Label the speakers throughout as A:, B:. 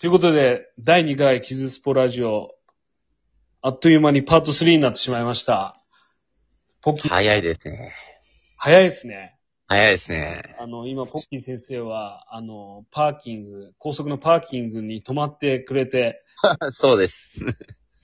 A: ということで、第2回キズスポラジオ、あっという間にパート3になってしまいました。ポッキー、
B: 早いですね。
A: 早いですね。
B: 早いですね。
A: あの、今、ポッキー先生は、あの、パーキング、高速のパーキングに泊まってくれて、
B: そうです。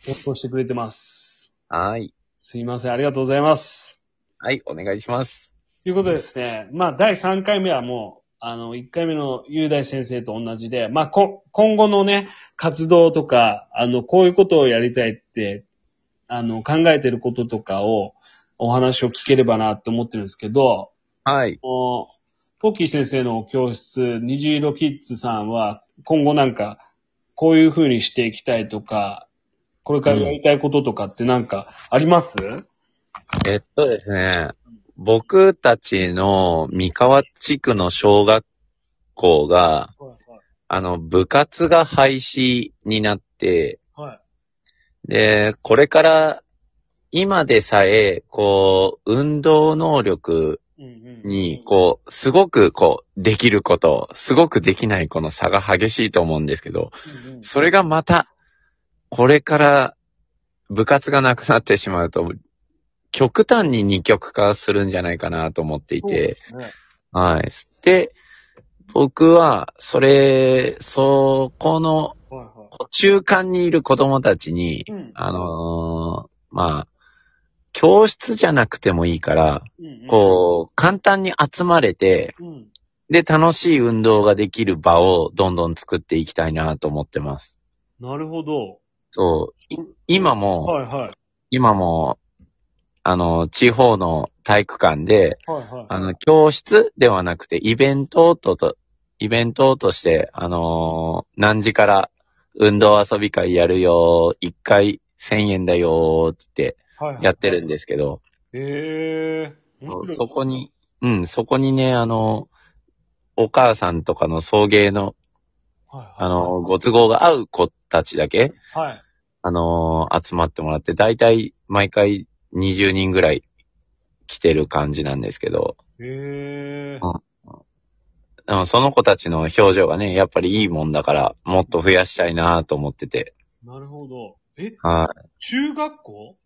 A: 放送してくれてます。
B: はい。
A: すいません、ありがとうございます。
B: はい、お願いします。
A: ということでですね、まあ、第3回目はもう、あの、1回目の雄大先生と同じで、まあ、こ、今後のね、活動とか、あの、こういうことをやりたいって、あの、考えてることとかを、お話を聞ければなって思ってるんですけど、
B: はい。
A: もうポッキー先生の教室、虹色キッズさんは、今後なんか、こういう風にしていきたいとか、これからやりたいこととかってなんかあります、
B: えっとですね、僕たちの三河地区の小学校が、あの、部活が廃止になって、
A: はい。
B: で、これから、今でさえ、こう、運動能力
A: うんうん
B: に、こう、すごく、こう、できること、すごくできないこの差が激しいと思うんですけど、
A: うんうん
B: それがまた、これから部活がなくなってしまうと、極端に二極化するんじゃないかなと思ってい
A: そうで
B: て、
A: すね
B: はい。で、僕は、それ、そこの
A: はいは
B: 中間にいる子供たちに
A: い。、うん
B: あのーまあ、教室じゃなくてもいいから、
A: うん
B: こう、簡単に集まれて、
A: うん。うん。
B: で、楽しい運動ができる場をどんどん作っていきたいなと思ってます。
A: なるほど。
B: そう。い今も、
A: はいはい。
B: 今も、あの、地方の体育館で、
A: はいはい。
B: あの、教室ではなくて、イベントとと、イベントとして、あのー何時から運動遊び会やるよ、1回1000円だよ、って
A: はいはい
B: やってるんですけど、
A: へえ
B: そ
A: ー。
B: うそこに、うん、そこにね、あの、お母さんとかの送迎の、
A: はいはい、
B: あの、ご都合が合う子たちだけ、
A: はい。
B: あのー集まってもらって、だいたい毎回20人ぐらい来てる感じなんですけど、
A: へえ
B: あでもその子たちの表情がね、やっぱりいいもんだから、もっと増やしたいなと思ってて。
A: なるほど。え、
B: はい。
A: 中学校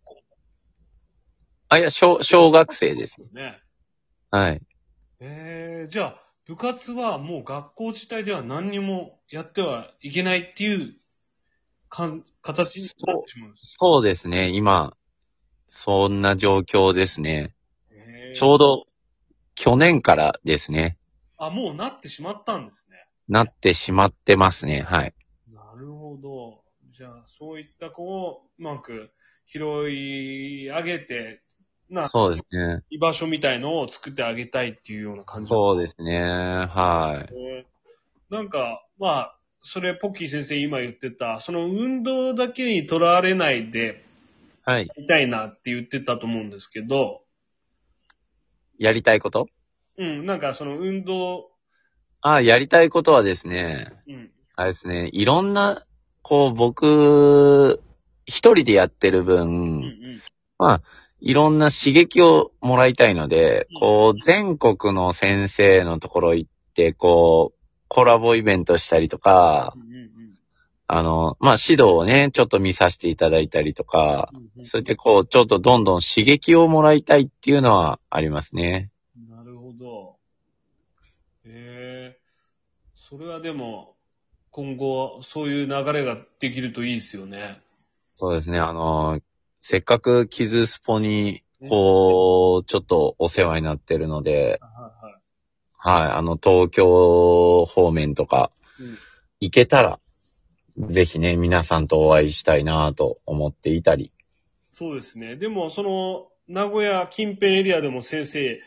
B: あ、いや、小、小学生です。
A: ね。
B: はい。
A: ええじゃあ、部活はもう学校自体では何にもやってはいけないっていう、かん、形になってしまうんです。
B: そうですね、今、そんな状況ですね。
A: へー
B: ちょうど、去年からですね、
A: あ、もうなってしまったんですね。
B: なってしまってますね、はい。
A: なるほど。じゃあ、そういった子をうまく拾い上げて、な、
B: そうですね。
A: 居場所みたいのを作ってあげたいっていうような感じ。
B: そうですね、はい。
A: ねなんか、まあ、それ、ポッキー先生今言ってた、その運動だけにとらわれないで、
B: はい。
A: やりたいなって言ってたと思うんですけど、
B: やりたいこと
A: うん、なんかその運動、
B: あ、やりたいことはですね、
A: うん、
B: あれですね、いろんな、こう僕、一人でやってる
A: う
B: 分、
A: ん、うん、
B: まあ、いろんな刺激をもらいたいので
A: うん、
B: こう、全国の先生のところ行って、こう、コラボイベントしたりとか
A: う、ん、うん
B: あの、まあ、指導をね、ちょっと見させていただいたりとか、
A: うん、うん。
B: そうやってこう、ちょっとどんどん刺激をもらいたいっていうのはありますね。
A: なるほど。へえそれはでも、今後、そういう流れができるといいですよね。
B: そうですね、あの、せっかくキズスポに、こう、ちょっとお世話になってるので、
A: はいは
B: はい、あの、東京方面とか、
A: い。うん
B: 行けたら、ぜひね、皆さんとお会いしたいなと思っていたり。
A: そうですね。でも、その、名古屋近辺エリアでも先生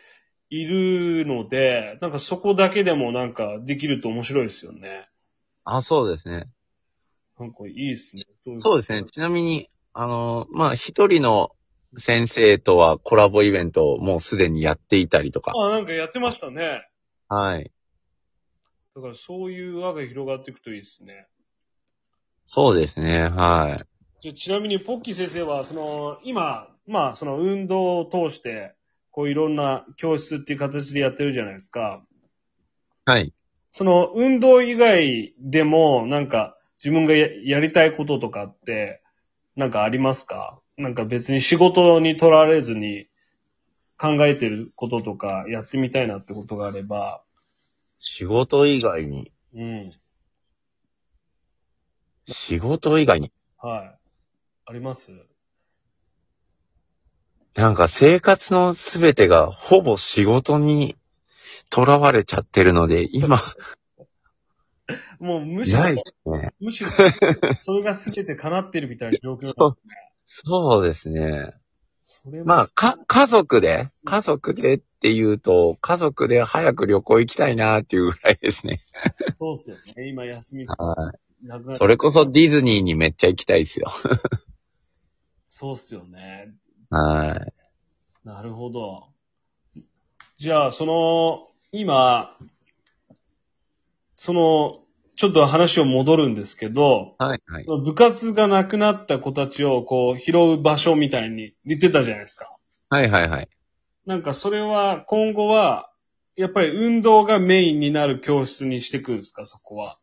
A: いるので、なんかそこだけでもなんかできると面白いですよね。
B: あ、そうですね。
A: なんかいいですね。
B: そうですね。。ちなみに、あの、まあ、一人の先生とはコラボイベントをもうすでにやっていたりとか。
A: あ、なんかやってましたね。
B: はい。
A: だからそういう輪が広がっていくといいですね。
B: そうですね。はい。
A: じゃあちなみに、ポッキー先生は、その、今、まあ、その運動を通して、こういろんな教室っていう形でやってるじゃないですか。
B: はい。
A: その運動以外でも、なんか、自分がややりたいこととかって、なんかありますかなんか別に仕事にとらわれずに考えてることとかやってみたいなってことがあれば、
B: 仕事以外に、
A: うん。
B: 仕事以外に、
A: はい。あります
B: なんか生活のすべてがほぼ仕事に囚われちゃってるので、 今、
A: もうむしろ
B: な、いですね。
A: むしろ、それが全て叶ってるみたいな状況
B: そ
A: だ
B: う。そうですね。
A: それは
B: まあ、か、家族で、家族でっていうと、家族で早く旅行行きたいなっていうぐらいですね。
A: そうっすよね。今休み
B: は
A: なく
B: い。
A: なっ
B: それこそディズニーにめっちゃ行きたいですよ。
A: そうっすよね。
B: はい。
A: なるほど。じゃあ、その、今、その、ちょっと話を戻るんですけど、
B: はい、はい。
A: 部活がなくなった子たちをこう拾う場所みたいに言ってたじゃないですか。
B: はい、はい、はい。
A: なんかそれは今後は、やっぱり運動がメインになる教室にしていくんですか、そこは。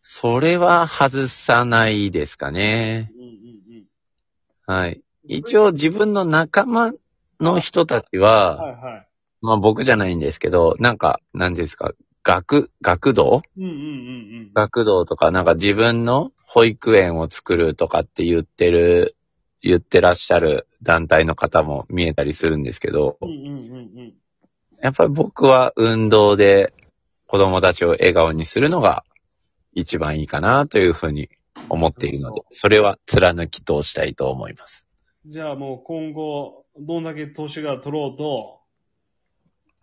B: それは外さないですかね
A: う。んうんうん。
B: はい。一応自分の仲間の人たちは、
A: はいは
B: まあ僕じゃないんですけど、なんか、何ですか、学、学童
A: い。うんうんうんうん。
B: 学童とか、なんか自分の保育園を作るとかって言ってる、言ってらっしゃる団体の方も見えたりするんですけど
A: う、んうんうんうん。
B: やっぱり僕は運動で子供たちを笑顔にするのが一番いいかなというふうに思っているので、それは貫き通したいと思います。
A: じゃあもう今後、どんだけ年が取ろうと、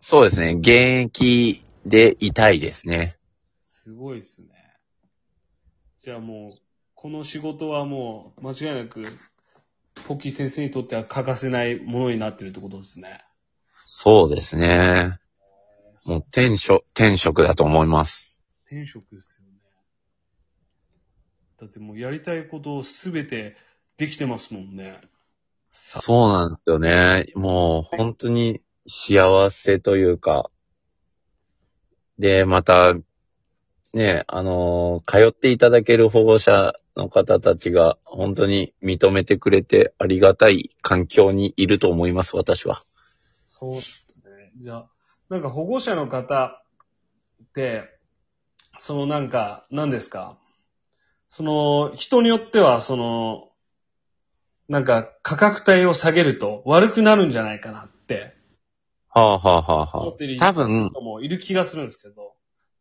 B: そうですね。現役でいたいですね。
A: すごいっすね。じゃあもう、この仕事はもう、間違いなく、ポッキー先生にとっては欠かせないものになってるってことですね。
B: そうですね。もう転職、転職だと思います。
A: 転職ですよね。だってもうやりたいことをすべてできてますもんね。さ
B: そうなんですよね。もう本当に幸せというか。で、また、ね、あのー通っていただける保護者の方たちが本当に認めてくれてありがたい環境にいると思います、私は。
A: そうですね。じゃあ、なんか保護者の方って、そのなんか、何ですかその、人によっては、その、なんか価格帯を下げると悪くなるんじゃないかなって
B: はあはあはあ
A: 思
B: は
A: ってる
B: あ。多分、
A: 人もいる気がするんですけど、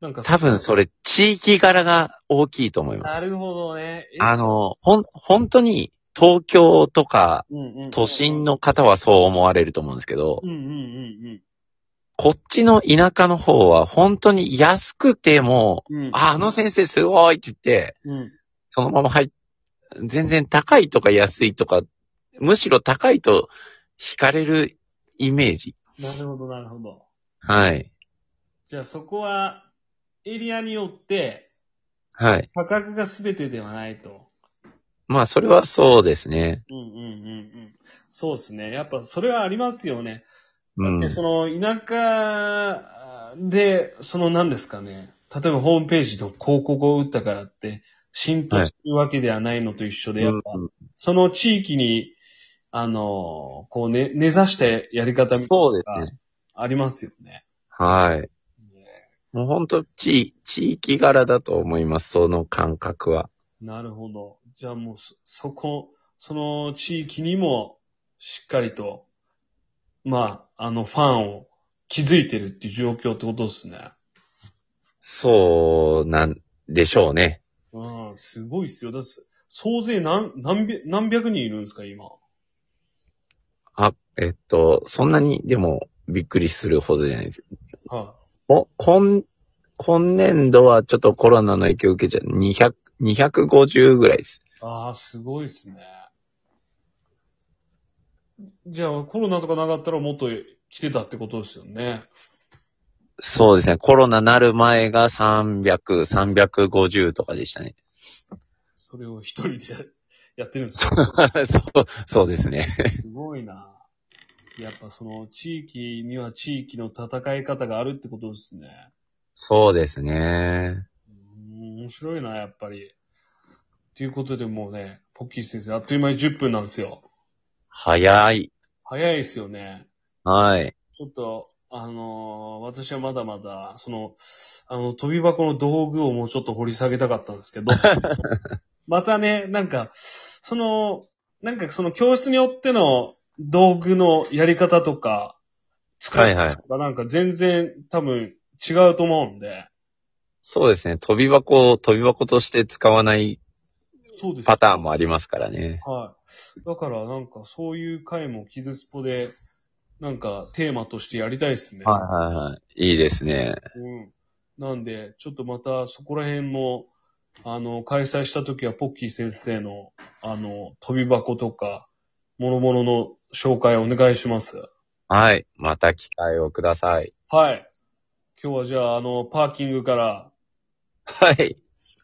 A: なんか
B: 多分それ地域柄が大きいと思います。
A: なるほどね。え
B: あの、ほん、本当に東京とか
A: うんうん
B: 都心の方はそう思われると思うんですけど
A: う、んうんうん
B: こっちの田舎の方は本当に安くても、
A: うん。うん、
B: あ、あの先生すごいって言って、
A: うん。
B: そのまま入っ、全然高いとか安いとか、むしろ高いと惹かれるイメージ。
A: なるほど、なるほど。
B: はい。
A: じゃあそこは、エリアによって、
B: はい。
A: 価格が全てではないと。
B: まあ、それはそうですね。
A: うんうんうんうん。そうですね。やっぱそれはありますよね。
B: うん
A: で、。その、田舎で、その何ですかね。例えばホームページの広告を打ったからって、浸透するわけではないのと一緒で、やっぱ、
B: うん
A: その地域に、あの、こうね、根ざしてやり方みたい
B: そうです
A: なのが
B: ね。
A: ありますよね。
B: はい。
A: ね
B: もう本当地、地域柄だと思います、その感覚は。
A: なるほど。じゃあもうそ、そこ、その地域にも、しっかりと、まあ、あの、ファンを築いてるっていう状況ってことですね。
B: そうなんでしょうね。
A: うん、すごいっすよ。だって、総勢何、何百、何百人いるんですか、今。
B: あ、えっと、そんなにでもびっくりするほどじゃないです。
A: は
B: お、今、今年度はちょっとコロナの影響を受けちゃう。200、250ぐらいです。
A: い、ああ、すごいっすね。じゃあ、コロナとかなかったらもっと来てたってことですよね。
B: そうですね。コロナなる前が300、350とかでしたね。
A: それを一人でややってるんです
B: そ
A: か
B: う、そうですね。
A: すごいな。やっぱその地域には地域の戦い方があるってことですね。
B: そうですね。
A: うーん面白いな、やっぱり。ということでもうね、ポッキー先生、あっという間に10分なんですよ。
B: 早い。
A: 早いですよね。
B: はい。
A: ちょっと、あのー私はまだまだ、その、あの、飛び箱の道具をもうちょっと掘り下げたかったんです けど、またね、なんか、その、なんかその教室によっての道具のやり方とか、使い方とかなんか全然多分違うと思うんで、
B: そうですね。飛び箱を飛び箱として使わない
A: そうです
B: パターンもありますからね。
A: はい。だからなんかそういう回もキズスポで、なんかテーマとしてやりたいですね。
B: はいはいはい。いいですね。
A: うん。なんで、ちょっとまたそこら辺も、あの、開催した時はポッキー先生の、あの、飛び箱とか、諸々の紹介をお願いします。
B: はい。また機会をください。
A: はい。今日はじゃあ、あの、パーキングから
B: はい。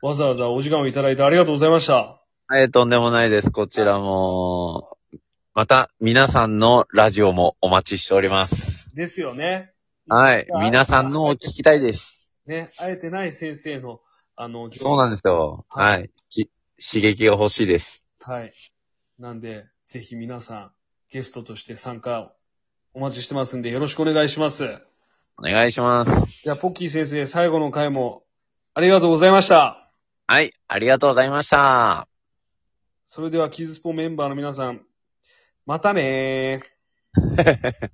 A: わざわざお時間をいただいてありがとうございました。
B: はい、とんでもないです。こちらも。また、皆さんのラジオもお待ちしております。
A: ですよね。
B: はい。皆さんのを聞きたいです。
A: ね、会えてない先生の、あの、。
B: そうなんですすよ。はい。し刺激が欲しいです。
A: はい。なんで、ぜひ皆さん、ゲストとして参加をお待ちしてますんで、よろしくお願いします。
B: お願いします。
A: じゃあ、ポッキー先生、最後の回も、ありがとうございました。
B: はい。ありがとうございました。
A: それでは、キズスポメンバーの皆さん、またねー。